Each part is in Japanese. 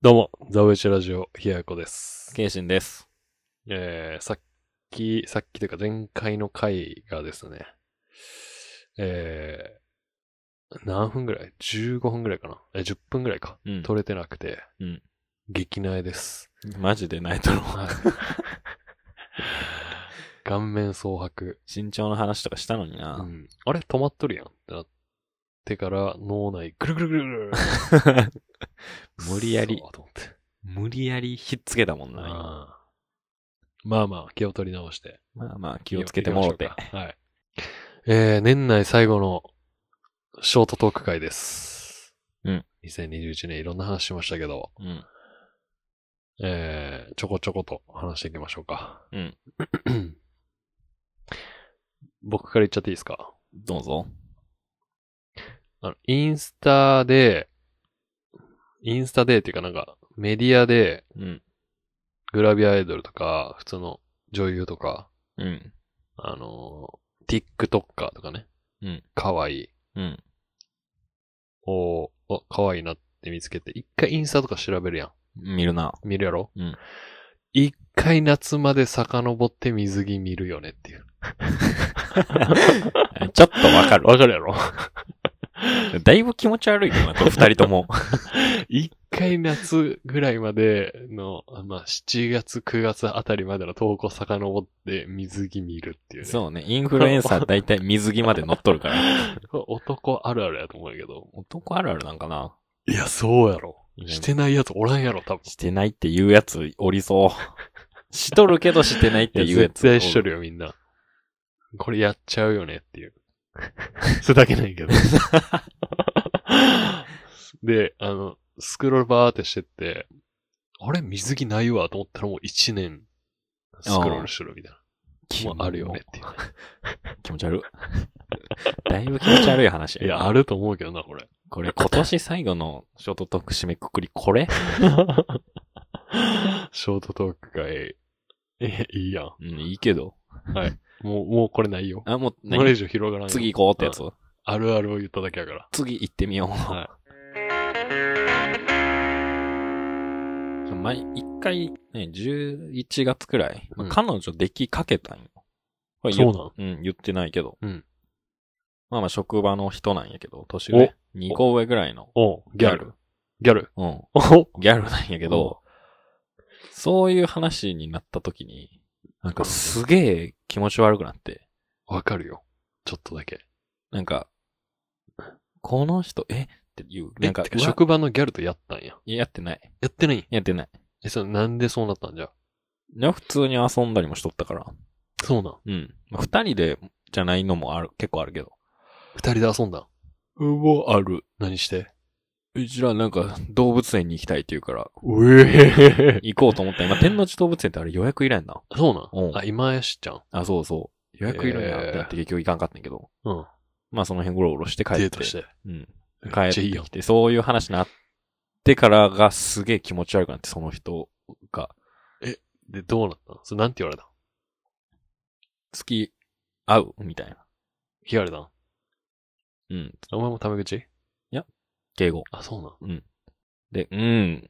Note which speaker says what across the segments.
Speaker 1: どうも、ザウエチラジオ、ひややこです。
Speaker 2: ケイシンです。
Speaker 1: えー、さっき、さっきというか前回の回がですね、えー、何分ぐらい ?15 分ぐらいかなえ、10分ぐらいか。
Speaker 2: うん
Speaker 1: 取れてなくて、
Speaker 2: うん
Speaker 1: 激苗です。
Speaker 2: マジでないだ ろう。
Speaker 1: はい顔面蒼白。
Speaker 2: 身長の話とかしたのにな。
Speaker 1: うんあれ止まっとるやんってなってから脳内ぐるぐるぐるぐる。
Speaker 2: 無理やり
Speaker 1: くそーと思って。
Speaker 2: 無理やりひっつけたもんな。今
Speaker 1: あーまあまあ、気を取り直して。
Speaker 2: まあまあ気をつけてもろて。
Speaker 1: はい。えー、年内最後のショートトーク会です。
Speaker 2: うん。
Speaker 1: 2021年いろんな話しましたけど、
Speaker 2: うん。
Speaker 1: えー、ちょこちょこと話していきましょうか。
Speaker 2: うん。
Speaker 1: 僕から言っちゃっていいですか
Speaker 2: どうぞ。
Speaker 1: あの、インスタで、インスタでっていうかなんか、メディアで
Speaker 2: うん。
Speaker 1: グラビアアイドルとか、普通の女優とか、
Speaker 2: うん。
Speaker 1: あのー、TikToker とかね。
Speaker 2: うん。
Speaker 1: かわいい。
Speaker 2: うん。
Speaker 1: おーあ、可愛いなって見つけて、一回インスタとか調べるやん。
Speaker 2: 見るな。
Speaker 1: 見るやろ
Speaker 2: うん。
Speaker 1: 一回夏まで遡って水着見るよねっていう。
Speaker 2: ちょっとわかる。
Speaker 1: わかるやろ
Speaker 2: だいぶ気持ち悪いな、 と二人とも。
Speaker 1: 一回夏ぐらいまでの、あまあ、7月、9月あたりまでの投稿遡って水着見るっていうね。
Speaker 2: そうね。インフルエンサー大体水着まで乗っとるから。
Speaker 1: これ男あるあるやと思うんやけど。
Speaker 2: 男あるあるなんかな。
Speaker 1: いや、そうやろ。
Speaker 2: いや
Speaker 1: してないやつおらんやろ、多分。
Speaker 2: してないって言うやつおり そう。しとるけどしてないっ
Speaker 1: い
Speaker 2: て
Speaker 1: や
Speaker 2: 言うや
Speaker 1: 絶
Speaker 2: つ。
Speaker 1: 対しとるよ、みんな。これやっちゃうよねっていう。 それだけないけど。 で、あの、スクロールバーってしてって、あれ水着ないわと思ったらもう一年、スクロールしてるみたいな。もうあるよねってい
Speaker 2: 気持ち悪い。だいぶ気持ち悪い話
Speaker 1: う。いや、あ
Speaker 2: る。
Speaker 1: ると思うけどな、これ。
Speaker 2: これ今年最後のショートトーク締めくくり、これ
Speaker 1: ショートトーク会、え、いいやん。
Speaker 2: うん、いいけど。
Speaker 1: もう、もうこれないよ。
Speaker 2: あ、もう、
Speaker 1: これ以
Speaker 2: 何
Speaker 1: 上広がらない。
Speaker 2: 次行こうってやつ。
Speaker 1: あるあるを言っただけやから。
Speaker 2: 次行ってみよ
Speaker 1: は
Speaker 2: う。前、一回ね、11月くらい、まあ
Speaker 1: うん
Speaker 2: 彼女できかけたんよ。こ
Speaker 1: い。そ
Speaker 2: れ
Speaker 1: う
Speaker 2: 言
Speaker 1: なん
Speaker 2: うん、言ってないけど。
Speaker 1: うん
Speaker 2: まあまあ、職場の人なんやけど、年上。2個上ぐらいの。
Speaker 1: おうギャル。。ギャル。
Speaker 2: うん。
Speaker 1: お
Speaker 2: ギャルなんやけど、そういう話になった時に、なんかすげえ気持ち悪くなって、
Speaker 1: わかるよ。ちょっとだけ。
Speaker 2: なんか、この人、えっていう、なんか
Speaker 1: えて、か
Speaker 2: うわ
Speaker 1: 職場のギャルとやったんや。
Speaker 2: いややってない。
Speaker 1: やってない
Speaker 2: やってない。
Speaker 1: え、それなんでそうなったんじゃ。
Speaker 2: いや普通に遊んだりもしとったから。
Speaker 1: そうなん。
Speaker 2: うん。まあ二人でじゃないのもある、結構あるけど。
Speaker 1: 二人で遊んだん。
Speaker 2: うん、もある。
Speaker 1: 何して
Speaker 2: うちらなんか動物園に行きたいって言うから、
Speaker 1: うえ
Speaker 2: 行こうと思った。今、天王寺動物園ってあれ予約いらんな。
Speaker 1: そうな
Speaker 2: うん
Speaker 1: んあ、今やしちゃん。
Speaker 2: あ、そうそう。予約いらんなってなって結局行かんかったんやけど。
Speaker 1: うん。
Speaker 2: まあその辺ゴロゴロして帰って。
Speaker 1: デートして。
Speaker 2: うん。帰
Speaker 1: めっ
Speaker 2: っ
Speaker 1: ち
Speaker 2: て
Speaker 1: ゃいいやん
Speaker 2: き。て、そういう話になってからがすげえ気持ち悪くなって、その人が
Speaker 1: で、どうなったんそれなんて言われたん
Speaker 2: 付き合うみたいな。
Speaker 1: 聞かれたん
Speaker 2: うん。
Speaker 1: お前もタメ口
Speaker 2: 敬語。
Speaker 1: あ、そうなん。
Speaker 2: で、うん。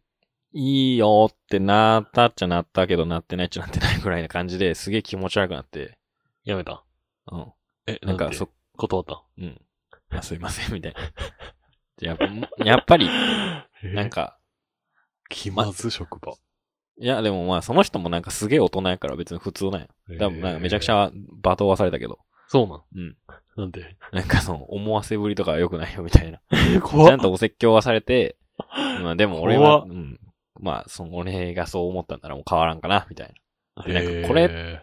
Speaker 2: いいよってなったっちゃなったけど、なってないっちゃなってないぐらいな感じですげえ気持ち悪くなって、
Speaker 1: やめたん
Speaker 2: うん。
Speaker 1: え、
Speaker 2: な
Speaker 1: なんん
Speaker 2: か
Speaker 1: か、
Speaker 2: そ
Speaker 1: そ、、断ったん
Speaker 2: うん。あ、すいません、みたいな。 でやっぱ、やっぱり、な
Speaker 1: か、
Speaker 2: んか、
Speaker 1: 気まず職 場。
Speaker 2: いや、でもまあ、その人もなんかすげえ大人やから別に普通なんや。多分なんかめちゃくち
Speaker 1: ゃ。
Speaker 2: ゃ罵倒はされたけど、
Speaker 1: そうなん。
Speaker 2: うん。
Speaker 1: なん で
Speaker 2: なんかその、思わせぶりとかは良くないよ、みたいな。ち
Speaker 1: 怖
Speaker 2: ゃん
Speaker 1: っ。
Speaker 2: とお説教はさ れて、まあでも俺は、
Speaker 1: 怖っ
Speaker 2: うん。まあ、その俺がそう思ったんならもう変わらんかな、みたいな。でなんかこれ、
Speaker 1: れ。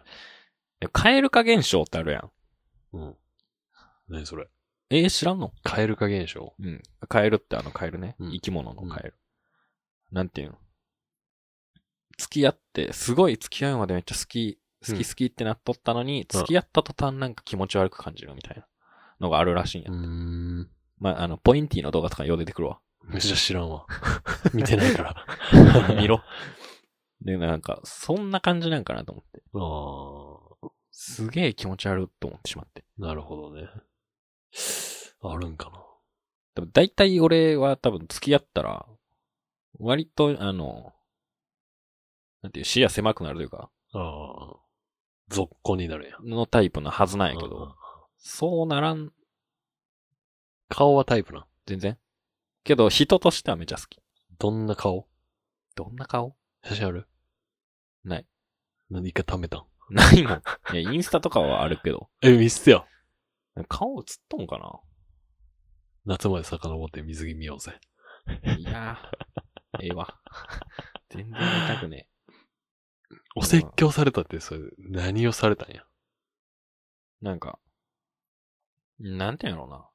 Speaker 2: カエル化現象ってあるやん。
Speaker 1: うん。何それ
Speaker 2: えー、知らんの
Speaker 1: カエル化現象
Speaker 2: うん。カエルってあのカエルね。
Speaker 1: うん
Speaker 2: 生き物のカエル。なんていうの付き合って、すごい付き合うまでめっちゃ好き、好
Speaker 1: うん
Speaker 2: き好きってなっとったのに、付き合った途端なんか気持ち悪く感じるみたいなのがあるらしいんや。
Speaker 1: うーん。
Speaker 2: まあ、あの、ポインティの動画とかよう出てく るわ。
Speaker 1: めっちゃ知らん わ。見てないから。
Speaker 2: 見ろ。で、なんか、そんな感じなんかなと思って。
Speaker 1: あ
Speaker 2: すげえ気持ち悪いと思ってしまって。
Speaker 1: あ、なるほどね。あるんかな。
Speaker 2: だいたい俺は多分付き合ったら、割と、あの、なんていう、視野狭くなるというか、
Speaker 1: ああ。続行になるやん。
Speaker 2: のタイプのはずなんやけ
Speaker 1: う
Speaker 2: ど
Speaker 1: ん、
Speaker 2: そうならん、
Speaker 1: 顔はタイプなん。
Speaker 2: 全然。けど、人としてはめっちゃ好き。
Speaker 1: どんな顔
Speaker 2: どんな顔
Speaker 1: 写真ある
Speaker 2: ない。
Speaker 1: 何か貯めたん
Speaker 2: な いもん。いや、インスタとかはあるけど。
Speaker 1: え、見せてよ。
Speaker 2: 顔映っとんかな
Speaker 1: 夏まで遡って水着見ようぜ。
Speaker 2: いやー、 ええわ。全然見たくね
Speaker 1: お説教されたって、それ、何をされたんや。
Speaker 2: え。なんか、なんていうんやろうな。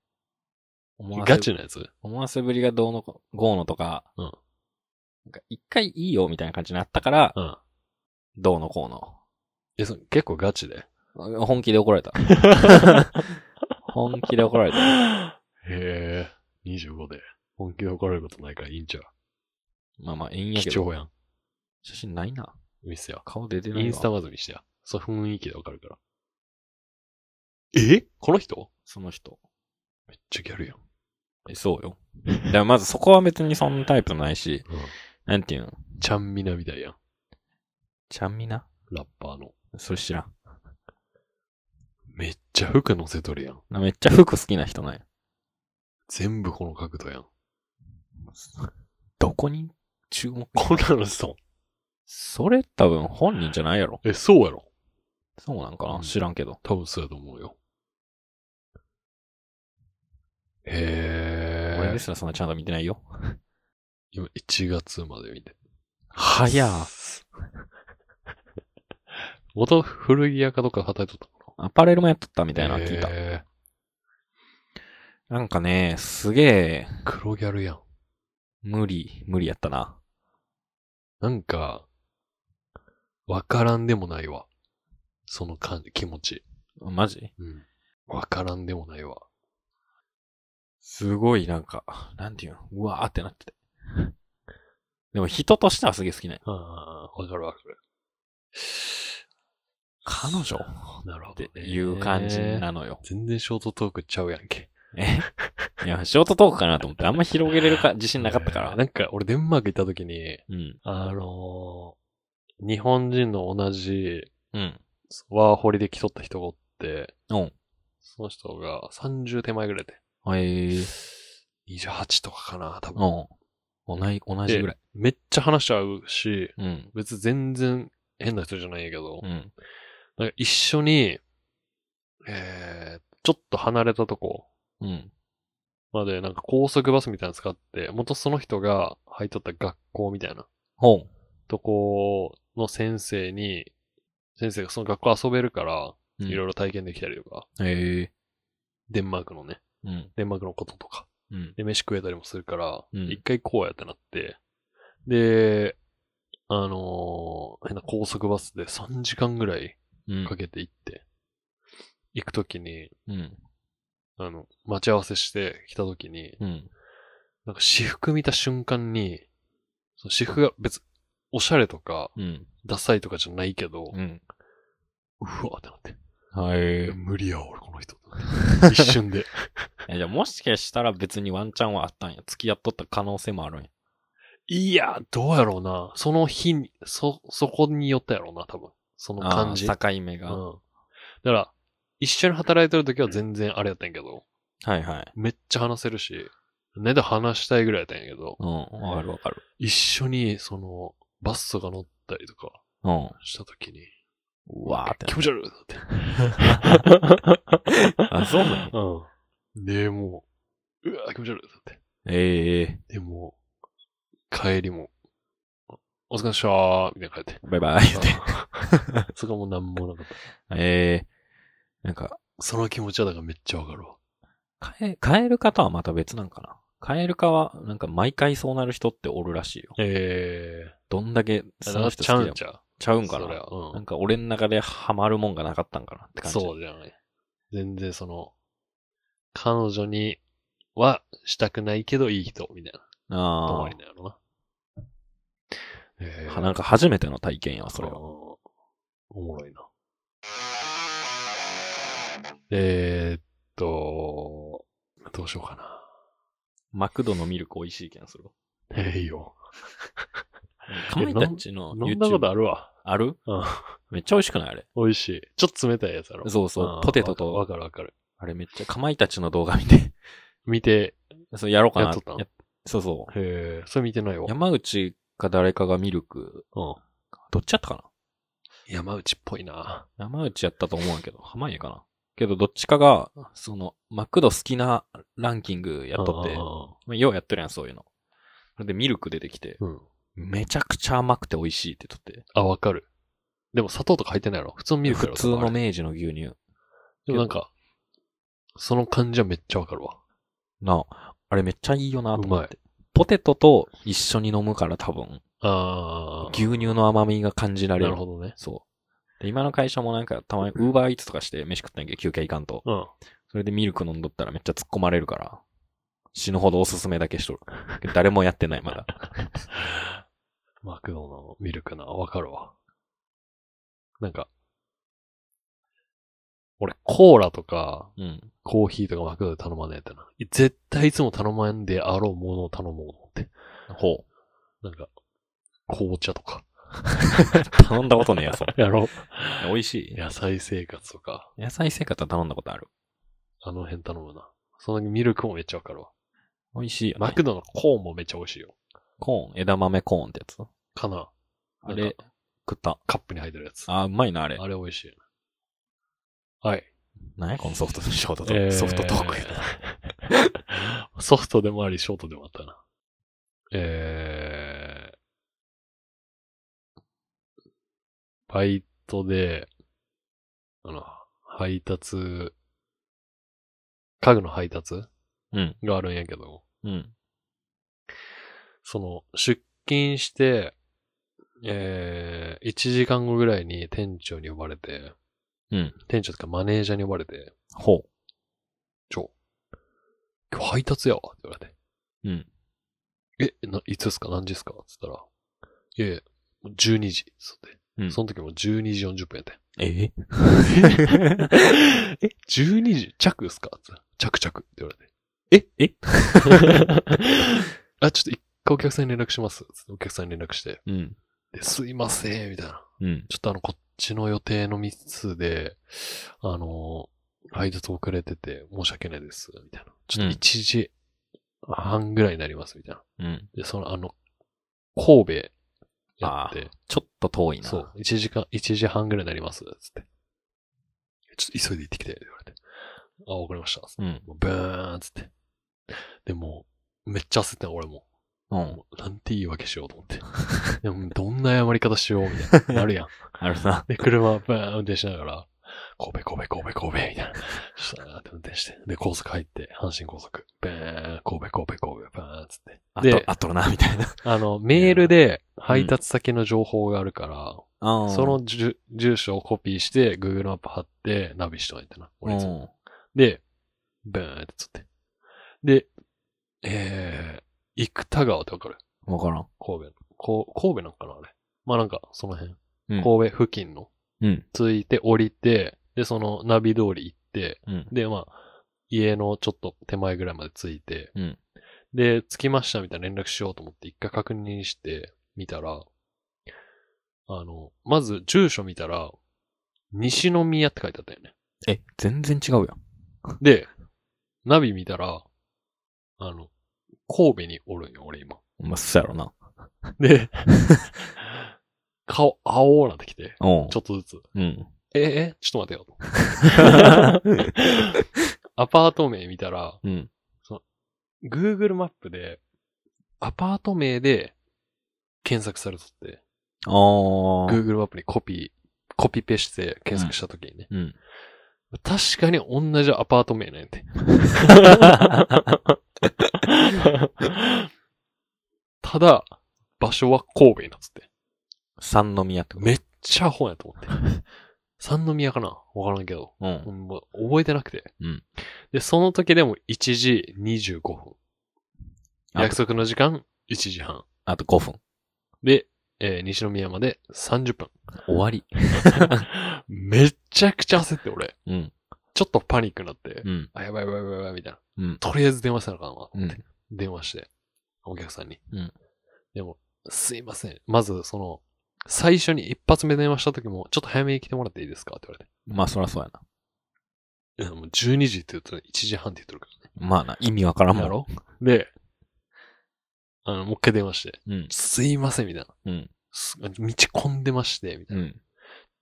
Speaker 2: 思わせ
Speaker 1: ガチなやつ
Speaker 2: 思わせぶりがどうのこ、ゴーのとか、
Speaker 1: うん
Speaker 2: なんか一回いいよみたいな感じになったから、
Speaker 1: うん。
Speaker 2: どうのこうの。
Speaker 1: え、そ結構ガチで。
Speaker 2: 本気で怒られ た。本気で怒られた。
Speaker 1: へえ、25で。本気で怒られることないからいいんちゃう。
Speaker 2: まあまあ、ええんやけ
Speaker 1: 貴
Speaker 2: ど。
Speaker 1: 重やん。
Speaker 2: 写真ないな。
Speaker 1: 見せてよ。
Speaker 2: 顔出てないわ。
Speaker 1: インスタまず見してや。そう雰囲気でわかるから。えこの人
Speaker 2: その人。
Speaker 1: めっちゃギャルやん。
Speaker 2: え、そうよ。だからまずそこは別にそんなタイプもないし、
Speaker 1: うん。
Speaker 2: なんていうの
Speaker 1: ちゃんみなみたいやん。
Speaker 2: ちゃんみな
Speaker 1: ラッパーの。
Speaker 2: それ知らん。
Speaker 1: めっちゃ服乗せとるやん。
Speaker 2: めっちゃ服好きな人なんや。
Speaker 1: 全部この角度やん。
Speaker 2: どこに注目
Speaker 1: こんなのそう。
Speaker 2: それ多分本人じゃないやろ。
Speaker 1: え、そうやろ。
Speaker 2: そうなんか
Speaker 1: うん
Speaker 2: な知らんけど。
Speaker 1: 多分そうやと思うよ。へ
Speaker 2: 俺で
Speaker 1: え。
Speaker 2: すらそんなちゃんと見てないよ。
Speaker 1: 今1月まで見て。
Speaker 2: 早っ。
Speaker 1: 元古着屋かどっかで働いとっ
Speaker 2: アパレルもやっとったみた
Speaker 1: たの
Speaker 2: いな
Speaker 1: か
Speaker 2: の
Speaker 1: な。
Speaker 2: 聞いた。
Speaker 1: へ
Speaker 2: なんかね、すげえ、
Speaker 1: ー黒ギャルやん。
Speaker 2: 無理、無理やったな。
Speaker 1: なんか、わからんでもないわ。その感じ、気持ち。
Speaker 2: マジ
Speaker 1: うん。わからんでもないわ。
Speaker 2: すごいなんか、なんていうのうわーってなってて。でも人としてはすげえ好きね。
Speaker 1: ああ、わかるわかる。
Speaker 2: 彼女っ
Speaker 1: なるほど、ね。
Speaker 2: ていう感じなのよ。
Speaker 1: 全然ショートトークちゃうやんけ。
Speaker 2: えいや、ショートトークかなと思って、あんま広げれ るか自信なかったか
Speaker 1: え
Speaker 2: ら
Speaker 1: ー。なんか、俺デンマーク行った時に、
Speaker 2: うん。
Speaker 1: あのー日本人の同じ
Speaker 2: うん。
Speaker 1: ワーホリで来とった人がおって、
Speaker 2: うん。
Speaker 1: その人が30手前ぐらいで、
Speaker 2: はい。うん。
Speaker 1: 28とかかな、多分。
Speaker 2: 同じ、同じぐらい。
Speaker 1: めっちゃ話合うし、
Speaker 2: うん。
Speaker 1: 別に全然変な人じゃないんやけど、
Speaker 2: うん。
Speaker 1: なんか一緒に、えー、ちょっと離れたとこ
Speaker 2: うん。
Speaker 1: まで、なんか高速バスみたいなの使って、元その人が入っとった学校みたいな
Speaker 2: ほう。
Speaker 1: とこの先生に、先生がその学校遊べるから、
Speaker 2: うん
Speaker 1: いろいろ体験できたりとか、
Speaker 2: へえ。
Speaker 1: デンマークのね、
Speaker 2: うん。
Speaker 1: デンマークのこととか、
Speaker 2: うん。
Speaker 1: で、飯食えたりもするから、
Speaker 2: うん
Speaker 1: 一回こうやってなって、で、あのー変な高速バスで3時間ぐらい
Speaker 2: うん
Speaker 1: か。けて行って、行くときに、
Speaker 2: うん。
Speaker 1: あの、待ち合わせして来た時に、
Speaker 2: うん。
Speaker 1: なんか私服見た瞬間に、その私服が別、おしゃれとか、
Speaker 2: うん。
Speaker 1: ダサいとかじゃないけど、
Speaker 2: うん。
Speaker 1: うわーってなって。
Speaker 2: はい
Speaker 1: いや。無理や、俺この人。 一瞬で。
Speaker 2: えじゃあもしかしたら別にワンチャンはあったんや。付き合っとった可能性もあるんや。
Speaker 1: いや、どうやろうな。その日に、そ、そこによったやろうな、多分。その感じ。
Speaker 2: あ
Speaker 1: うん。だ
Speaker 2: ー境目が、
Speaker 1: から、一緒に働いてる時は全然あれやったんやけど、
Speaker 2: はいはい。
Speaker 1: めっちゃ話せるし、ねで話したいぐらいやったんやけど、
Speaker 2: うん。わかるわかる。
Speaker 1: 一緒に、その、バスとか乗ったりとか
Speaker 2: うん。
Speaker 1: した時に、
Speaker 2: う わーって
Speaker 1: 気持ち悪いって。
Speaker 2: あ、そうなの
Speaker 1: うん。で、もう、うわー気持ち悪いって。
Speaker 2: ええ
Speaker 1: で、もう帰りも、お疲れっしゃーみたいな帰って。
Speaker 2: バイバイ。
Speaker 1: うん そこはもうなんもなかった。
Speaker 2: ええなんか、
Speaker 1: その気持ちはだからめっちゃわかるわ。
Speaker 2: かえ、変える方はまた別なんかな。変えるかは、なんか毎回そうなる人っておるらしいよ。
Speaker 1: え
Speaker 2: どんだけ、
Speaker 1: ー、
Speaker 2: そ
Speaker 1: だか
Speaker 2: の
Speaker 1: ら
Speaker 2: 人
Speaker 1: ちゃ
Speaker 2: 好き
Speaker 1: うん
Speaker 2: だ
Speaker 1: ちゃ
Speaker 2: ちゃう
Speaker 1: うん
Speaker 2: か
Speaker 1: そりゃ
Speaker 2: な。
Speaker 1: う
Speaker 2: なん
Speaker 1: ん。
Speaker 2: か俺の中でハマるもんがなかったんかなって感じ。
Speaker 1: そうじゃない。全然その、彼女にはしたくないけどいい人、みたいな。止
Speaker 2: あ
Speaker 1: まりなんやろな。え
Speaker 2: あ。
Speaker 1: ー
Speaker 2: はなんか初めての体験や、それ
Speaker 1: あー
Speaker 2: は。
Speaker 1: おもろいな。えー、っと、どうしようか
Speaker 2: マクドのミルク美味しいけんするわ。
Speaker 1: な。えーいいよ。
Speaker 2: かまいたちの
Speaker 1: 飲んだこと
Speaker 2: YouTube
Speaker 1: あるわ。
Speaker 2: ある
Speaker 1: うん。
Speaker 2: めっちゃ美味しくないあれ。
Speaker 1: 美味しい。ちょっと冷たいやつやろ。
Speaker 2: そうそ
Speaker 1: ん
Speaker 2: う。ポテト
Speaker 1: わ
Speaker 2: と、
Speaker 1: かるわかる。
Speaker 2: あれめっちゃかまいたちの動画見て、
Speaker 1: 見て、
Speaker 2: そうやろうかな
Speaker 1: やっとったん
Speaker 2: やそうそう。
Speaker 1: へえ、それ見てないわ。
Speaker 2: 山口か誰かがミルク、
Speaker 1: うん
Speaker 2: どっちやったかな
Speaker 1: 山内っぽいな。
Speaker 2: 山内やったと思うんやけど、濱家かな。けど、どっちかが、その、マクド好きなランキングやっとって、
Speaker 1: う
Speaker 2: まあ、ようやってるやん、そういうの。それで、ミルク出てきて、
Speaker 1: んうんうん。うん。
Speaker 2: めちゃくちゃ甘くて美味しいって言っとって。
Speaker 1: あ、わかる。でも砂糖とか入ってないやろ。普通のミルクやろ。
Speaker 2: 普通の
Speaker 1: あれ
Speaker 2: 明治の牛乳。
Speaker 1: でもなんか、その感じはめっちゃわかるわ。
Speaker 2: なあ、あれめっちゃいいよなと思っ
Speaker 1: うま
Speaker 2: て。ポテトと一緒に飲むから多分、
Speaker 1: ああ。
Speaker 2: 牛乳の甘みが感じられ
Speaker 1: な
Speaker 2: る。
Speaker 1: るほどね。
Speaker 2: そう。で、今の会社もなんか、たまにウーバーイーツとかして飯食ったんやけど、休憩いかんと。
Speaker 1: うん。
Speaker 2: それでミルク飲んどったらめっちゃ突っ込まれるから、死ぬほどおすすめだけしとる。 けど誰もやってない、まだ。
Speaker 1: マクドのミルクな、わかるわ。なんか、俺、コーラとか、
Speaker 2: うん。
Speaker 1: コーヒーとかマクドで頼まねえってな。絶対いつも頼まんであろうものを頼もうと思って。
Speaker 2: ほう。
Speaker 1: なんか、紅茶とか。
Speaker 2: 頼んだことねえや、それ。
Speaker 1: やろ
Speaker 2: 美味しい。
Speaker 1: 野菜生活とか、
Speaker 2: 野菜生活は頼んだことある。
Speaker 1: あの辺頼むな。そのミルクもめっちゃわかるわ。
Speaker 2: 美味しいよね、
Speaker 1: マクドのコーンもめっちゃ美味しいよ。
Speaker 2: コーン、枝豆コーンってやつ。
Speaker 1: かな。
Speaker 2: あ
Speaker 1: なん
Speaker 2: れ
Speaker 1: か、
Speaker 2: 食った。
Speaker 1: カップに入ってるやつ。あ
Speaker 2: あー、うまいな、あれ。
Speaker 1: れ美味しいよね。はい。
Speaker 2: 何や、このソフト、ショートト
Speaker 1: えー
Speaker 2: ーク、ソフトトークや な。
Speaker 1: ソフトでもあり、ショートでもあったな。えー、バイトで、あの、配達、家具の配達
Speaker 2: うん
Speaker 1: があるんやけど、
Speaker 2: うん。
Speaker 1: その、出勤して、えー、1時間後ぐらいに店長に呼ばれて、
Speaker 2: うん。
Speaker 1: 店長とかマネージャーに呼ばれて、
Speaker 2: ほ
Speaker 1: ちょ、今日配達やわって言われて。
Speaker 2: う。うん。
Speaker 1: え、な、いつですか何時ですかつったら、いえ、もう12時。つって。
Speaker 2: うん
Speaker 1: その時もう12時40分やって。
Speaker 2: え
Speaker 1: え、12時着ですかつって。着着って言われて。
Speaker 2: ええ
Speaker 1: あ、ちょっと一回お客さんに連絡します。つってお客さんに連絡して。
Speaker 2: うん。
Speaker 1: ですいません、みたいな。
Speaker 2: うん。
Speaker 1: ちょっとあの、こっちの予定のミスで、あの、配達遅れてて申し訳ないです、みたいな。ちょっと1時半ぐらいになります、みたいな。
Speaker 2: うん。
Speaker 1: で、その、あの、神戸や
Speaker 2: あ
Speaker 1: っ
Speaker 2: ー
Speaker 1: て、
Speaker 2: ちょっと遠いな。
Speaker 1: そう、1時間、1時半ぐらいになります、つって。ちょっと急いで行ってきて、言われて。あ、わかりました。つって
Speaker 2: うん。
Speaker 1: もうブーン、つって。で、もう、めっちゃ焦ってん、俺も。
Speaker 2: うん。
Speaker 1: もうなんて言い訳しようと思って。 でも、どんな謝り方しよう、みたいな。なるやん。
Speaker 2: あるな。
Speaker 1: で、車、バーン運転しながら、神戸、神戸、神戸、神戸、みたいな。そしたら、って運転して。で、高速入って、阪神高速。バーン、神戸、神戸、神戸、バーン、つって。
Speaker 2: あ
Speaker 1: で
Speaker 2: と、あとるな、みたいな。
Speaker 1: あの、メールで配達先の情報があるから、
Speaker 2: あー
Speaker 1: その、住住所をコピーして、Google マップ貼って、ナビしとかやってな。
Speaker 2: う
Speaker 1: 俺いつも
Speaker 2: ん。
Speaker 1: で、ブーンってつって。で、えー、生田川ってわかる
Speaker 2: わからん。
Speaker 1: 神戸の。こう神戸なんかなあれ。まあなんか、その辺。
Speaker 2: うん
Speaker 1: 神戸付近の。
Speaker 2: うん。
Speaker 1: ついて降りて、で、そのナビ通り行って、
Speaker 2: うん。
Speaker 1: で、まあ、家のちょっと手前ぐらいまで着いて、
Speaker 2: うん。
Speaker 1: で、着きましたみたいな連絡しようと思って一回確認してみたら、あの、まず住所見たら、西宮って書いてあったよね。
Speaker 2: え、全然違うやん。
Speaker 1: で、ナビ見たら、あの、神戸におるんよ、俺今。
Speaker 2: お前、そうやろな。
Speaker 1: で、顔、青なってきて、
Speaker 2: うん。
Speaker 1: ちょっとずつ。
Speaker 2: うん。
Speaker 1: え、え、ちょっと待てよ。アパート名見たら、
Speaker 2: うん。
Speaker 1: Google マップで、アパート名で検索されとって、
Speaker 2: あー。
Speaker 1: Google マップにコピー、コピペして検索したときにね、
Speaker 2: うん。
Speaker 1: 確かに同じアパート名なんやて。ただ、場所は神戸になっつって。
Speaker 2: 三宮ってこと
Speaker 1: めっちゃアホやと思って。 三宮かなわからんけど。
Speaker 2: うん。
Speaker 1: もう覚えてなくて。
Speaker 2: うん
Speaker 1: で、その時でも1時25分。
Speaker 2: あ
Speaker 1: 約束の時間1時半。
Speaker 2: あと5分。
Speaker 1: で、えー西宮まで30分。
Speaker 2: 終わり。
Speaker 1: めちゃくちゃ焦って俺。
Speaker 2: うん。
Speaker 1: ちょっとパニックになって。
Speaker 2: うん。
Speaker 1: あ、やばいやばいやばいやばいみたいな。
Speaker 2: うん。
Speaker 1: とりあえず電話せなあかんわ。
Speaker 2: うん。
Speaker 1: 電話して、お客さんに。
Speaker 2: うん
Speaker 1: でも、すいません。まず、その、最初に一発目電話した時も、ちょっと早めに来てもらっていいですかって言われて。
Speaker 2: まあ、そらそうやな。
Speaker 1: いや、もう12時って言うと1時半って言ってるか
Speaker 2: まあな、意味わか
Speaker 1: ら
Speaker 2: らん
Speaker 1: ね。
Speaker 2: も
Speaker 1: やろ
Speaker 2: ん。
Speaker 1: で、あの、もう一回電話して、
Speaker 2: うん。
Speaker 1: すいません、みたいな。
Speaker 2: うん。
Speaker 1: す道混んでまして、みた
Speaker 2: う
Speaker 1: いな。
Speaker 2: ん。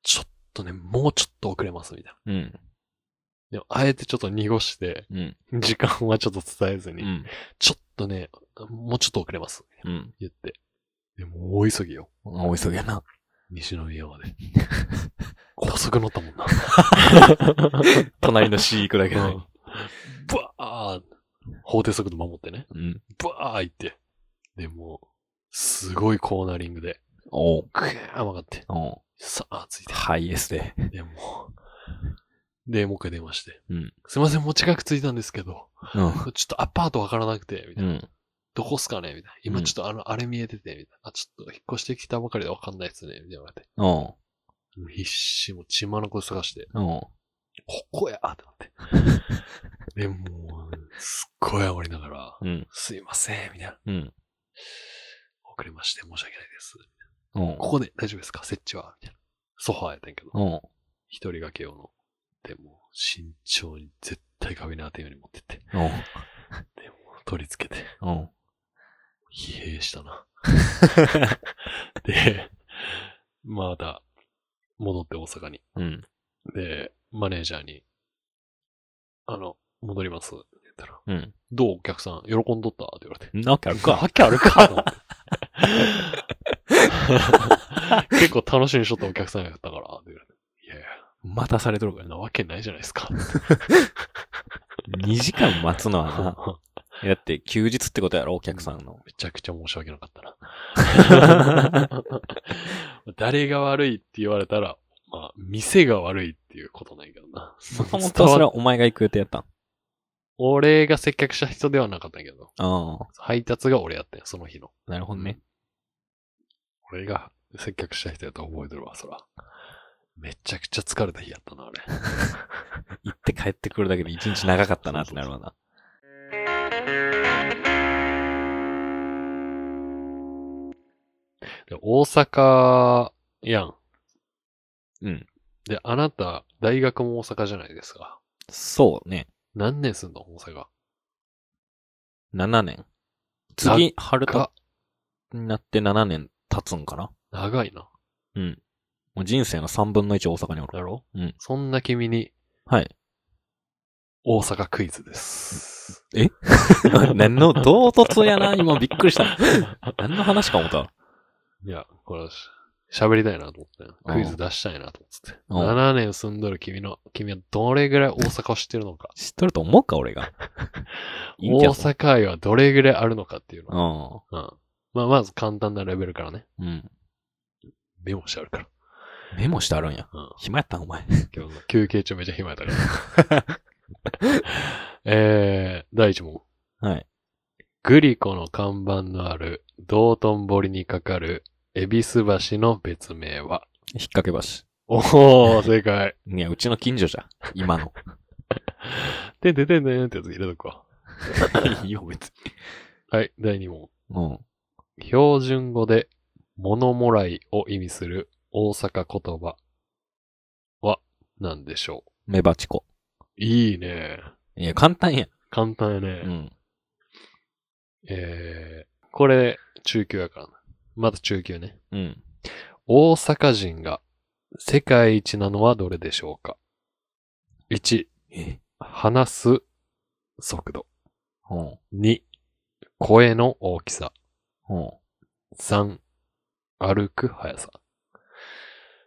Speaker 1: ちょっとね、もうちょっと遅れます、みたいな。
Speaker 2: うん。
Speaker 1: でも、あえてちょっと濁して、
Speaker 2: うん。
Speaker 1: 時間はちょっと伝えず
Speaker 2: う
Speaker 1: に、
Speaker 2: ん。
Speaker 1: ちょっとね、もうちょっと遅れます、
Speaker 2: うん。
Speaker 1: 言って。でも、大急ぎよ。
Speaker 2: お急ぎやな。
Speaker 1: 西宮まで。高速乗ったもんな。
Speaker 2: 隣の C 行くだけ
Speaker 1: ブ
Speaker 2: で。う
Speaker 1: ワー法定速度守ってね。
Speaker 2: ん。
Speaker 1: ブワー行って。で、もう、すごいコーナリングで、
Speaker 2: おう。
Speaker 1: グー曲がって、
Speaker 2: おう。
Speaker 1: さあ、ついて。
Speaker 2: ハイエースで。
Speaker 1: で、もう、で、もう一回電話して。
Speaker 2: うん
Speaker 1: すいません、もう近く着いたんですけど、
Speaker 2: うん。
Speaker 1: ちょっとアパートわからなくて、みた
Speaker 2: う
Speaker 1: いな。
Speaker 2: ん。
Speaker 1: どこっすかねみたいな。今ちょっとあの、あれ見えてて、みたいな。あ、ちょっと引っ越してきたばかりでわかんないですね、みたいな言われて。
Speaker 2: おう。
Speaker 1: もう必死、もう血まのこ探して、
Speaker 2: おう。
Speaker 1: ここやってなって。で、もう、すっごい煽りながら、
Speaker 2: うん。
Speaker 1: すいません、みたいな。
Speaker 2: うん。
Speaker 1: 遅れまして申し訳ないです。
Speaker 2: おう。
Speaker 1: ここで大丈夫ですか設置はみたいな。ソファーやったんやけど、
Speaker 2: おう。
Speaker 1: 一人掛け用の。でも、慎重に絶対壁に当てんように持ってって、
Speaker 2: おう。
Speaker 1: 取り付けて、
Speaker 2: おう。
Speaker 1: 疲弊したな。で、また、戻って大阪に。
Speaker 2: うん。
Speaker 1: で、マネージャーに、あの、戻ります。って言ったら、
Speaker 2: うん。
Speaker 1: どうお客さん、喜んどったって言われて。
Speaker 2: なわけある か。
Speaker 1: わけあるかと思って 結構楽しみにしとったお客さんやったから、って言われて。いやいや、
Speaker 2: 待たされとる
Speaker 1: そ
Speaker 2: か
Speaker 1: ん
Speaker 2: ら
Speaker 1: なわけないじゃないですか。
Speaker 2: な。2時間待つのは な。
Speaker 1: め
Speaker 2: だって休日ってことやろ、お客さん の。
Speaker 1: ちゃくちゃ申し訳なか ったな。誰が悪いって言われたら、まあ、店が悪いっていうことないけどな。
Speaker 2: もともとそれはお前が行く予定やったん。
Speaker 1: 俺が接客した人ではなかったけど、
Speaker 2: あ
Speaker 1: 配達が俺やったよ、その日の。
Speaker 2: あ。なるほどね。
Speaker 1: 俺が接客した人やと覚えてるわ、そら。めちゃくちゃ疲れた日やったな、あれ。
Speaker 2: 行って帰ってくるだけで一日長かったなってなるわな。
Speaker 1: で大阪やん。
Speaker 2: うん。
Speaker 1: で、あなた、大学も大阪じゃないですか。
Speaker 2: そうね。
Speaker 1: 何年住んの大阪。
Speaker 2: 7年。次、春
Speaker 1: が
Speaker 2: 田、になって7年経つんかな
Speaker 1: 長いな。
Speaker 2: うん。もう人生の3分の1大阪におる。
Speaker 1: だろ
Speaker 2: うん
Speaker 1: そんな君に、
Speaker 2: はい。
Speaker 1: 大阪クイズです。
Speaker 2: 何の、唐突やな。今びっくりした。何の話か思った。
Speaker 1: いや、これ、し喋りたいなと思って。
Speaker 2: うん
Speaker 1: クイズ出したいなと
Speaker 2: うん
Speaker 1: 思って。7年住んどる君の、君はどれぐらい大阪を知ってるのか。
Speaker 2: 知っとると思うか、俺が。いいん
Speaker 1: 大
Speaker 2: ちゃう
Speaker 1: 阪愛はどれぐらいあるのかっていうの。
Speaker 2: う
Speaker 1: うん。まあ、まず簡単なレベルからね。
Speaker 2: ん。うん。
Speaker 1: メモしてあるから。
Speaker 2: メモしてあるんや。
Speaker 1: うん。
Speaker 2: 暇やったん、お前。
Speaker 1: 今日の休憩中めちゃ暇やったから。 えー、第1問。
Speaker 2: はい。
Speaker 1: グリコの看板のある道頓堀にかかる恵比寿橋の別名は
Speaker 2: 引っ掛け橋。
Speaker 1: おー、正解。
Speaker 2: いや、うちの近所じゃ。今の。
Speaker 1: てんてんてんてんってやつ入れとくわ。
Speaker 2: いいよ、別
Speaker 1: はい、第2問。
Speaker 2: に。うん。
Speaker 1: 標準語で物もらいを意味する大阪言葉は何でしょ
Speaker 2: メバチコ。
Speaker 1: ういいね。
Speaker 2: いや、簡単や。
Speaker 1: 簡単やね。
Speaker 2: うん。
Speaker 1: えー、これ、中級やからな。また中級ね。
Speaker 2: うん。
Speaker 1: 大阪人が世界一なのはどれでしょうか ?1、
Speaker 2: え
Speaker 1: 話す速度。
Speaker 2: うん。
Speaker 1: 2、声の大きさ。
Speaker 2: うん。
Speaker 1: 3、歩く速さ。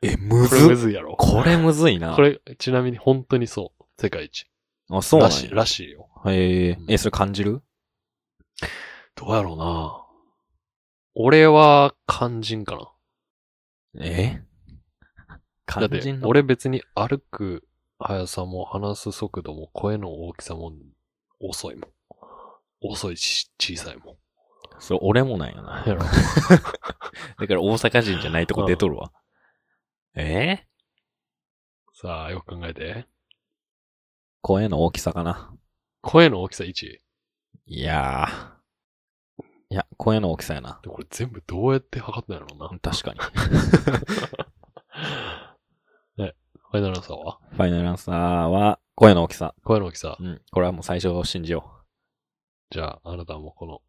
Speaker 2: え、む
Speaker 1: これむ
Speaker 2: ずっ。
Speaker 1: ずいやろ。
Speaker 2: これむずいな。
Speaker 1: これ、ちなみに本当にそう。世界一。
Speaker 2: あ、そうな
Speaker 1: ら
Speaker 2: ん
Speaker 1: しい、
Speaker 2: や。
Speaker 1: らしいよ。
Speaker 2: へえ。え、それ感じる
Speaker 1: どうやろうな俺は肝心かな。
Speaker 2: え
Speaker 1: だ
Speaker 2: 感
Speaker 1: って
Speaker 2: じ、の。
Speaker 1: 俺別に歩く速さも話す速度も声の大きさも遅いもん。遅いし、小さいもん。
Speaker 2: それ俺もなんやな。
Speaker 1: やろ
Speaker 2: だから大阪人じゃないとこ出とるわ。え
Speaker 1: さあ、よく考えて。
Speaker 2: 声の大きさかな。
Speaker 1: 声の大きさ1。
Speaker 2: いやいや、声の大きさやな
Speaker 1: で。これ全部どうやって測ってないのな。
Speaker 2: 確かに。
Speaker 1: ファイナルアンサーは
Speaker 2: ファイナルアンサーは、声の大きさ。
Speaker 1: 声の大きさ。
Speaker 2: うん。これはもう最初信じよ
Speaker 1: じゃあ、あなたもこの、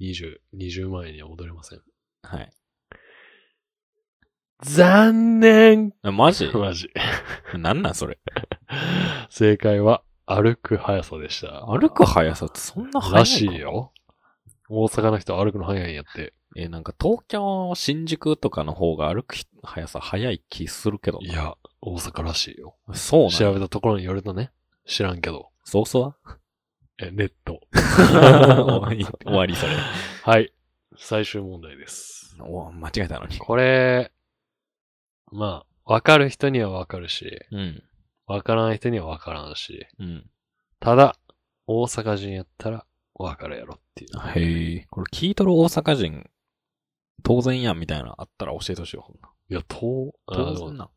Speaker 1: 20、20万円には戻れません。
Speaker 2: う。はい。
Speaker 1: 残念
Speaker 2: あマ ジ
Speaker 1: マジ。
Speaker 2: なんなんそれ。
Speaker 1: 正解は、歩く速さでした。
Speaker 2: 歩く速さってそんな速いの
Speaker 1: らしい。よ。大阪の人は歩くの早いんやって。
Speaker 2: え、なんか東京、新宿とかの方が歩くひ速さ速い気するけどな。
Speaker 1: いや、大阪らしいよ。
Speaker 2: そうなん
Speaker 1: 調べたところによるとね、知らんけど。
Speaker 2: そうそ
Speaker 1: え、ネッ ト。
Speaker 2: う終わりそれ。
Speaker 1: はい。最終問題です。
Speaker 2: お間違えたのに。
Speaker 1: これ、まあ、わかる人にはわかるし、
Speaker 2: うん。
Speaker 1: わからない人にはわからんし、
Speaker 2: うん。
Speaker 1: ただ、大阪人やったらわかるやろっていう。
Speaker 2: へえ。これ聞いとる大阪人、当然やんみたいなのあったら教えてほしいよ。ほんない
Speaker 1: や、とあ
Speaker 2: 当
Speaker 1: でも
Speaker 2: 然な。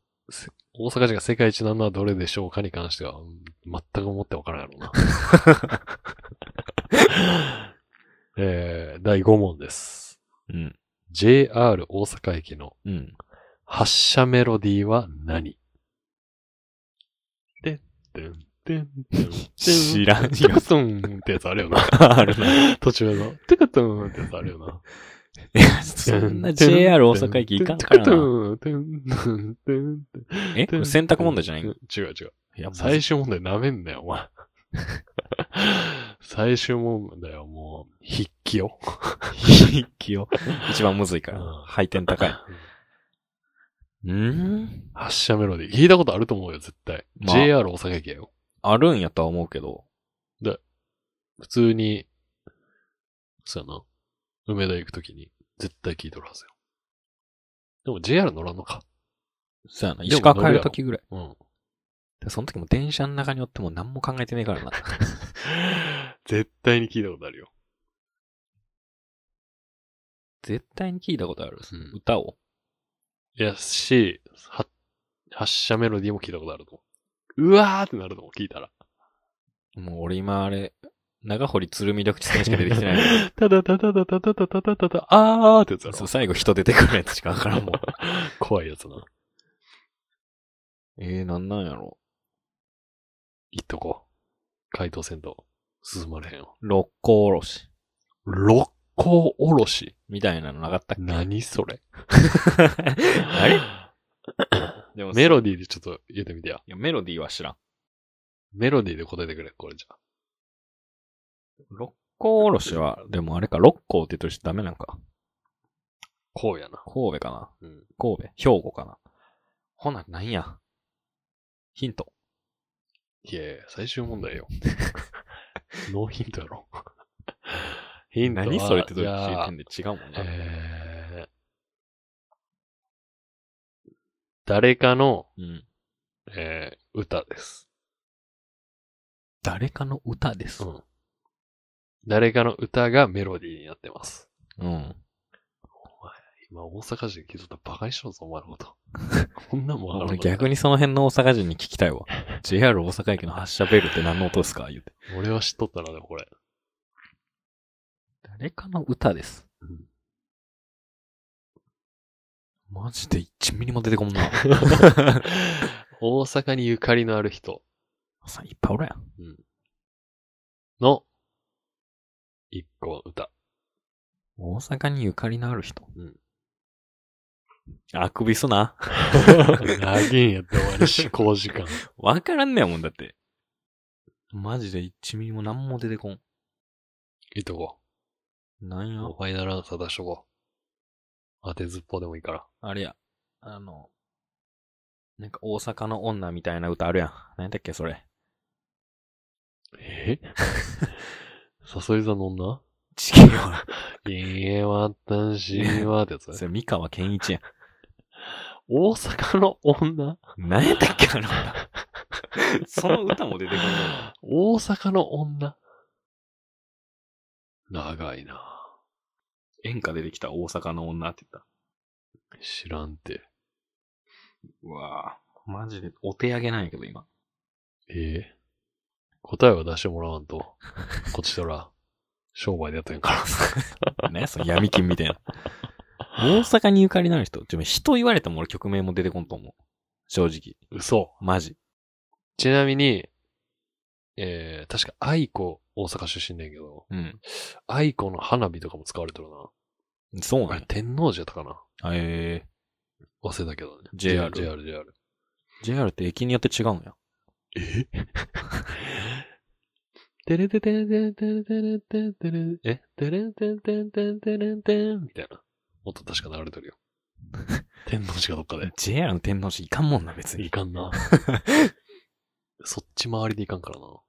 Speaker 1: 大阪人が世界一なのはどれでしょうかに関しては、うん全く思ってわからんやろうな。 えー、第5問です。
Speaker 2: うん。
Speaker 1: JR 大阪駅の
Speaker 2: うん。
Speaker 1: 発車メロディーは何てんてんてんてんてん。
Speaker 2: 知らんよ
Speaker 1: トゥクトゥンってやつあるよ な。
Speaker 2: あるな。
Speaker 1: 途中の。トゥクトゥンってやつあるよな。
Speaker 2: いやそんな JR 大阪駅行かんから
Speaker 1: ト
Speaker 2: な。
Speaker 1: ゥクトゥン、トゥン、トゥン、トゥン
Speaker 2: えこれ選択問題じゃない
Speaker 1: 違
Speaker 2: いう
Speaker 1: 違う。
Speaker 2: や、
Speaker 1: 最
Speaker 2: 初。
Speaker 1: 終問題舐めんなよ、お前。 最終問題はもう、筆記よ。
Speaker 2: 筆記を。 一番むずいから
Speaker 1: うん。
Speaker 2: 配点高い。 う ん
Speaker 1: 発車メロディー。聞いたことあると思うよ、絶対。
Speaker 2: まあ
Speaker 1: JR 大阪駅やよ。
Speaker 2: あるんやとは思うけど。
Speaker 1: 普通に、そうやな。梅田行くときに、絶対聞いとるはずよ。でも JR 乗らんのか。
Speaker 2: そうやな。
Speaker 1: でも
Speaker 2: 石川帰る時ぐらい。
Speaker 1: うん。
Speaker 2: でその時も電車の中におっても何も考えてねえからな。
Speaker 1: 絶対に聞いたことあるよ。
Speaker 2: 絶対に聞いたことある。
Speaker 1: うん
Speaker 2: 歌を。
Speaker 1: いやし、は発車メロディーも聞いたことあると思う。うわーってなると思う、聞いたら。
Speaker 2: もう俺今あれ、長堀鶴見緑地線しか出てきてない。
Speaker 1: ただただただただただただ、あーってやつや
Speaker 2: そ
Speaker 1: ろ
Speaker 2: う。最後人出てくるやつしかわから んもん。
Speaker 1: 怖いやつな。
Speaker 2: えー、なんなんやろ。
Speaker 1: 言っとこう。回答せんと進まれへんよ。
Speaker 2: 六甲おろし。
Speaker 1: 六甲おろし
Speaker 2: みたいなのなかったっけ
Speaker 1: 何そ れ
Speaker 2: あれでも
Speaker 1: メ
Speaker 2: ロ、
Speaker 1: ロディーでちょっと言ってみてや。
Speaker 2: いやメロディーは知らん。
Speaker 1: メロディーで答えてくれ、これじゃ。
Speaker 2: 六甲おろしは、でもあれか、六甲って言ってるしダメなんか。
Speaker 1: こうやな。
Speaker 2: 神戸かな
Speaker 1: うん。
Speaker 2: 神戸兵庫かなほな、なんや。ヒント。
Speaker 1: いやいや最終問 題よ。ノーヒントや ろ。ヒントは
Speaker 2: 何それってどう
Speaker 1: じ
Speaker 2: いう
Speaker 1: ゃあ
Speaker 2: 点で違うもんね。
Speaker 1: えー誰かの、
Speaker 2: うん。
Speaker 1: えー歌です。
Speaker 2: 誰かの歌です
Speaker 1: う。ん。誰かの歌がメロディーになってます。
Speaker 2: うん。
Speaker 1: 今、大阪人気取ったらバカにしろぞ、お前の こと。こんなんもんあるの
Speaker 2: 俺逆にその辺の大阪人に聞き たいわ。JR 大阪駅の発車ベルって何の音ですか言うて。
Speaker 1: 俺は知っとったな、でも これ。
Speaker 2: 誰かの歌です。
Speaker 1: うん
Speaker 2: マジで1ミリも出てこん な。
Speaker 1: 大阪にゆかりのある人
Speaker 2: さいっぱいおるやん。
Speaker 1: の、一個の歌。
Speaker 2: 大阪にゆかりのある人。
Speaker 1: うん
Speaker 2: あくびすな。
Speaker 1: 長いんやって終わり、 思考時間。
Speaker 2: わからんねやもんだって。マジで1ミリも何も出てこん。
Speaker 1: いっとこ
Speaker 2: なん
Speaker 1: う。
Speaker 2: や。
Speaker 1: もうファイナルアンサー出しとこう。当てずっぽうでもいいから。
Speaker 2: あれや。あの、なんか大阪の女みたいな歌あるやん。何だっけそれ。
Speaker 1: え誘い座の女
Speaker 2: ちげえわ。
Speaker 1: いえ、私はってやつね
Speaker 2: それ三河健一やん。
Speaker 1: 大阪の女
Speaker 2: 何やったっけあの 歌。その歌も出てこないな。
Speaker 1: 大阪の女長いな
Speaker 2: 演歌出てきた大阪の女って言っ
Speaker 1: 知らんて。
Speaker 2: た。うわぁ。マジでお手上げなんやけど今。
Speaker 1: ええ答えは出してもらわんと。こっちとら。商売でやってんから。
Speaker 2: ね、その闇金みたいな。大阪にゆかりのある人、でも人言われても俺曲名も出てこんと思う。正直。
Speaker 1: 嘘。
Speaker 2: マジ。
Speaker 1: ちなみに、えー、確か愛子、大阪出身だけど、
Speaker 2: うん。
Speaker 1: 愛子の花火とかも使われてるな。
Speaker 2: そう
Speaker 1: あ
Speaker 2: な
Speaker 1: れ、天皇寺やったかな
Speaker 2: のへえ
Speaker 1: 忘れたけどね。
Speaker 2: JR
Speaker 1: JR、JR。
Speaker 2: JR って駅によって違うんや。
Speaker 1: えてれててれてれてれてれてれてれえてれてれてれてれてれてれみたいな。音確か流れてる よ。天皇寺かどっかで。
Speaker 2: JR の天皇寺いかんもんな、別
Speaker 1: い
Speaker 2: に。
Speaker 1: かん な。そっち周りでいかんからな。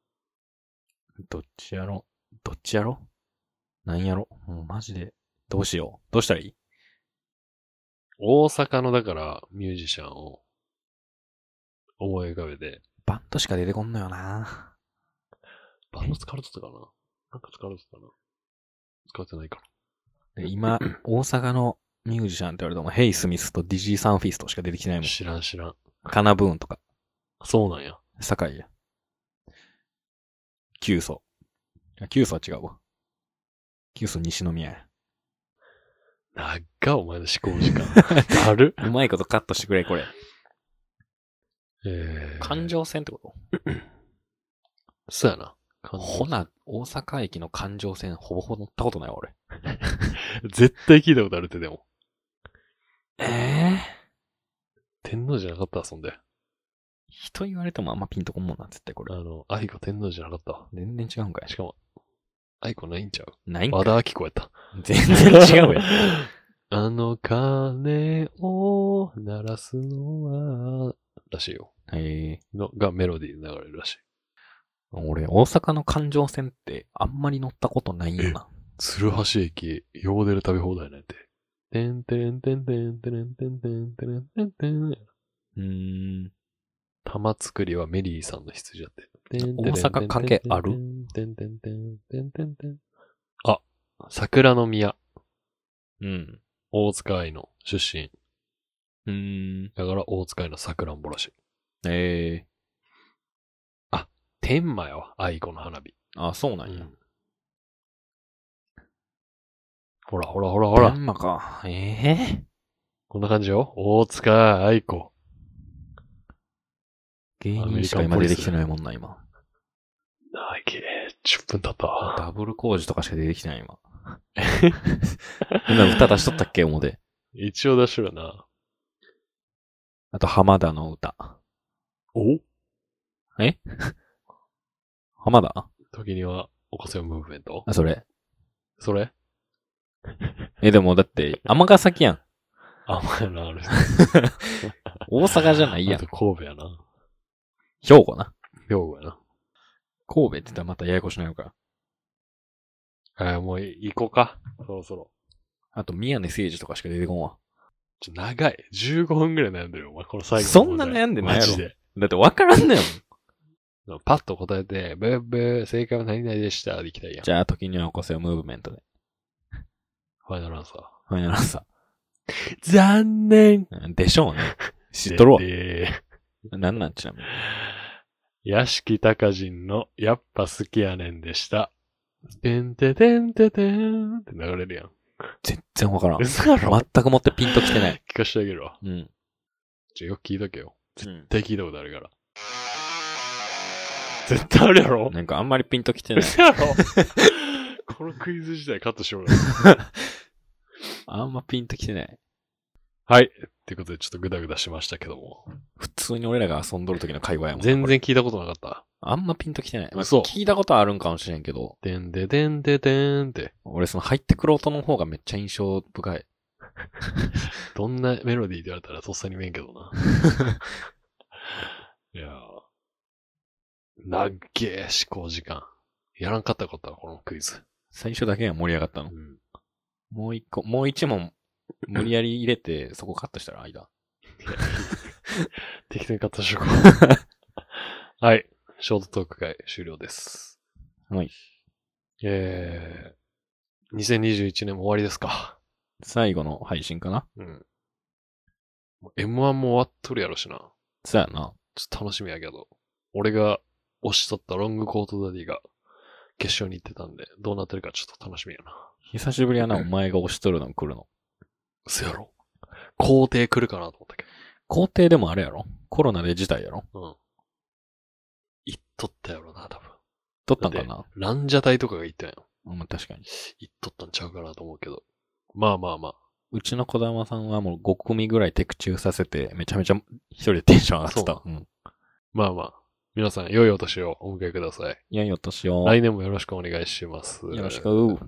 Speaker 2: どっちやろどっちやろなんやろもうマジで。どうしよう。どうしたらいい
Speaker 1: 大阪のだからミュージシャンを思い浮かべて、
Speaker 2: バンドしか出てこんのよな。
Speaker 1: バンド使われてたかななんか使われてたな。使われてないか
Speaker 2: で今、大阪のミュージシャンって言われても、ヘイ・スミスとディジー・サンフィストしか出てきない
Speaker 1: な。
Speaker 2: もん。
Speaker 1: 知らん知らん。
Speaker 2: カナブーンとか、
Speaker 1: そうなんや。
Speaker 2: 酒井や。キュウソ。あキュウソは違うわ。キュウソ西宮や。
Speaker 1: なっか、お前の思考時 間。ある
Speaker 2: うまいことカットしてくれ、これ。
Speaker 1: えー、
Speaker 2: 環状線ってこと
Speaker 1: そうやな。感情
Speaker 2: ほな、大阪駅の環状線ほぼほぼ乗ったことないわ、俺。
Speaker 1: 絶対聞いたことあるって、でも。
Speaker 2: ええ
Speaker 1: 天皇じゃなかったわ、そんで。
Speaker 2: 人言われてもあんまピンとこんもんな、絶対こ
Speaker 1: あ
Speaker 2: れ。
Speaker 1: の、愛子天皇じゃなかったわ。
Speaker 2: 全然違うんかい
Speaker 1: し。かも、愛子ないんちゃう
Speaker 2: ないんか
Speaker 1: 和
Speaker 2: い。
Speaker 1: 田明子やった。
Speaker 2: 全然 違うやん。
Speaker 1: あの鐘を鳴らすのは、らしいよ。
Speaker 2: ええ
Speaker 1: のがメロディーで流れるらしい。
Speaker 2: 俺、大阪の環状線ってあんまり乗ったことないよな。
Speaker 1: 鶴橋駅、ヨーデル食べ放題なんて。てんてんてんてんてんてんてんてんてんてん。
Speaker 2: うーん。玉つ
Speaker 1: 作りはメリーさんの羊だって。
Speaker 2: 大阪関係ある
Speaker 1: てんてんてんてんてんてんあ、桜の宮、
Speaker 2: うん。
Speaker 1: 大塚愛の出身。
Speaker 2: うーん。
Speaker 1: だから大塚愛の桜んぼらしい。
Speaker 2: ええ
Speaker 1: 天満やわ、愛子の花火。
Speaker 2: あ、そうなん
Speaker 1: う
Speaker 2: や。
Speaker 1: んほらほらほらほ
Speaker 2: ほら。
Speaker 1: ら
Speaker 2: ほ。んまか。ええ
Speaker 1: こんな感じよ。大塚愛子。
Speaker 2: 芸人しか今出てきてないもんな、今。
Speaker 1: なげえ、10分経ったわ。
Speaker 2: ダブル工事とかしか出てきてな い、今。今歌出しとったっけ、思て。
Speaker 1: 一応出しろな。
Speaker 2: あと、浜田の歌。
Speaker 1: お
Speaker 2: 浜田
Speaker 1: 時には、おこせよムーブメント
Speaker 2: あ、それ。
Speaker 1: それ
Speaker 2: え、でもだって、尼崎やん。
Speaker 1: あ、まやな、あれ。
Speaker 2: 大阪じゃないや
Speaker 1: あと。
Speaker 2: ん
Speaker 1: 神戸やな。
Speaker 2: 兵庫な。
Speaker 1: 兵庫やな。
Speaker 2: 神戸って言ったらまたややこしなるから。
Speaker 1: はい、もうい行こうか。そろそろ。
Speaker 2: あと、宮根誠司とかしか出てこんわ。
Speaker 1: ちょ、長い。15分ぐらい悩んでるよ、お前。この最後の
Speaker 2: そん
Speaker 1: 問
Speaker 2: な
Speaker 1: 題。
Speaker 2: 悩んでないや
Speaker 1: マ
Speaker 2: ろ
Speaker 1: ジで。
Speaker 2: だって分から んのよ。
Speaker 1: パッと答えて、ブーブー、正解は何々でした。でいきたいやん。
Speaker 2: じゃあ、時には起こせよ、ムーブメントで。
Speaker 1: ファイナルアンサー。
Speaker 2: ファイナルアンサ
Speaker 1: 残念
Speaker 2: ーうんでしょうね。知っとるわ。
Speaker 1: で
Speaker 2: なんなんちなみに。
Speaker 1: 屋敷隆人のやっぱ好きやねんでした。てんててんててんって流れるやん。
Speaker 2: 全然分からん。
Speaker 1: 嘘やろ
Speaker 2: 全くもってピンときてない。。
Speaker 1: 聞かしてあげるわ。
Speaker 2: うん。
Speaker 1: ちょ、よく聞いとけよ。
Speaker 2: うん
Speaker 1: 絶対聞いたことあるから。絶対あるやろ
Speaker 2: なんかあんまりピンときてない。
Speaker 1: 嘘やろこのクイズ自体カットしようよ。
Speaker 2: あんまピンときてない。
Speaker 1: はい。ってことでちょっとグダグダしましたけども。
Speaker 2: 普通に俺らが遊んどる時の会話やもん。
Speaker 1: 全然聞いたことなかった。
Speaker 2: あんまピンときてない。まあ
Speaker 1: 嘘
Speaker 2: 聞いたことはあるんかもしれんけど、
Speaker 1: てんててんててんって。
Speaker 2: 俺その入ってくる音の方がめっちゃ印象深い。
Speaker 1: どんなメロディーって言われたらとっさに見えんけど な。いやー。なっげー思考時間。やらんかったことはこのクイズ。
Speaker 2: 最初だけが盛り上がった
Speaker 1: う
Speaker 2: の。
Speaker 1: ん。
Speaker 2: もう一個、もう一問、無理やり入れて、そこカットしたら間。
Speaker 1: 適当にカット しようか。はい。ショートトーク会終了です。
Speaker 2: はい。
Speaker 1: えー、2021年も終わりですか。
Speaker 2: 最後の配信かな
Speaker 1: うん。もう M1 も終わっとるやろしな。
Speaker 2: そうやな。
Speaker 1: ちょっと楽しみやけど。俺が推しとったロングコートダディが、決勝に行ってたんで、どうなってるかちょっと楽しみやな。
Speaker 2: 久しぶりやな、お前が押しとるの来るの。
Speaker 1: そやろ。皇帝来るかなと思ったけ
Speaker 2: 皇帝でもあれやろコロナで事態やろ
Speaker 1: ど。うん。行っとったやろな、多分。
Speaker 2: 取ったんかな
Speaker 1: ランジャタイとかが行ったんやろ。
Speaker 2: うん、確かに。
Speaker 1: 行っとったんちゃうかなと思うけど。まあまあまあ。
Speaker 2: うちの小玉さんはもう5組ぐらいテクチューさせて、めちゃめちゃ一人でテンション上がってた
Speaker 1: そ。
Speaker 2: うん。
Speaker 1: まあまあ。皆さん、良いお年をお迎えください。
Speaker 2: いやいや、年を。
Speaker 1: 来年もよろしくお願いします。
Speaker 2: よろしく。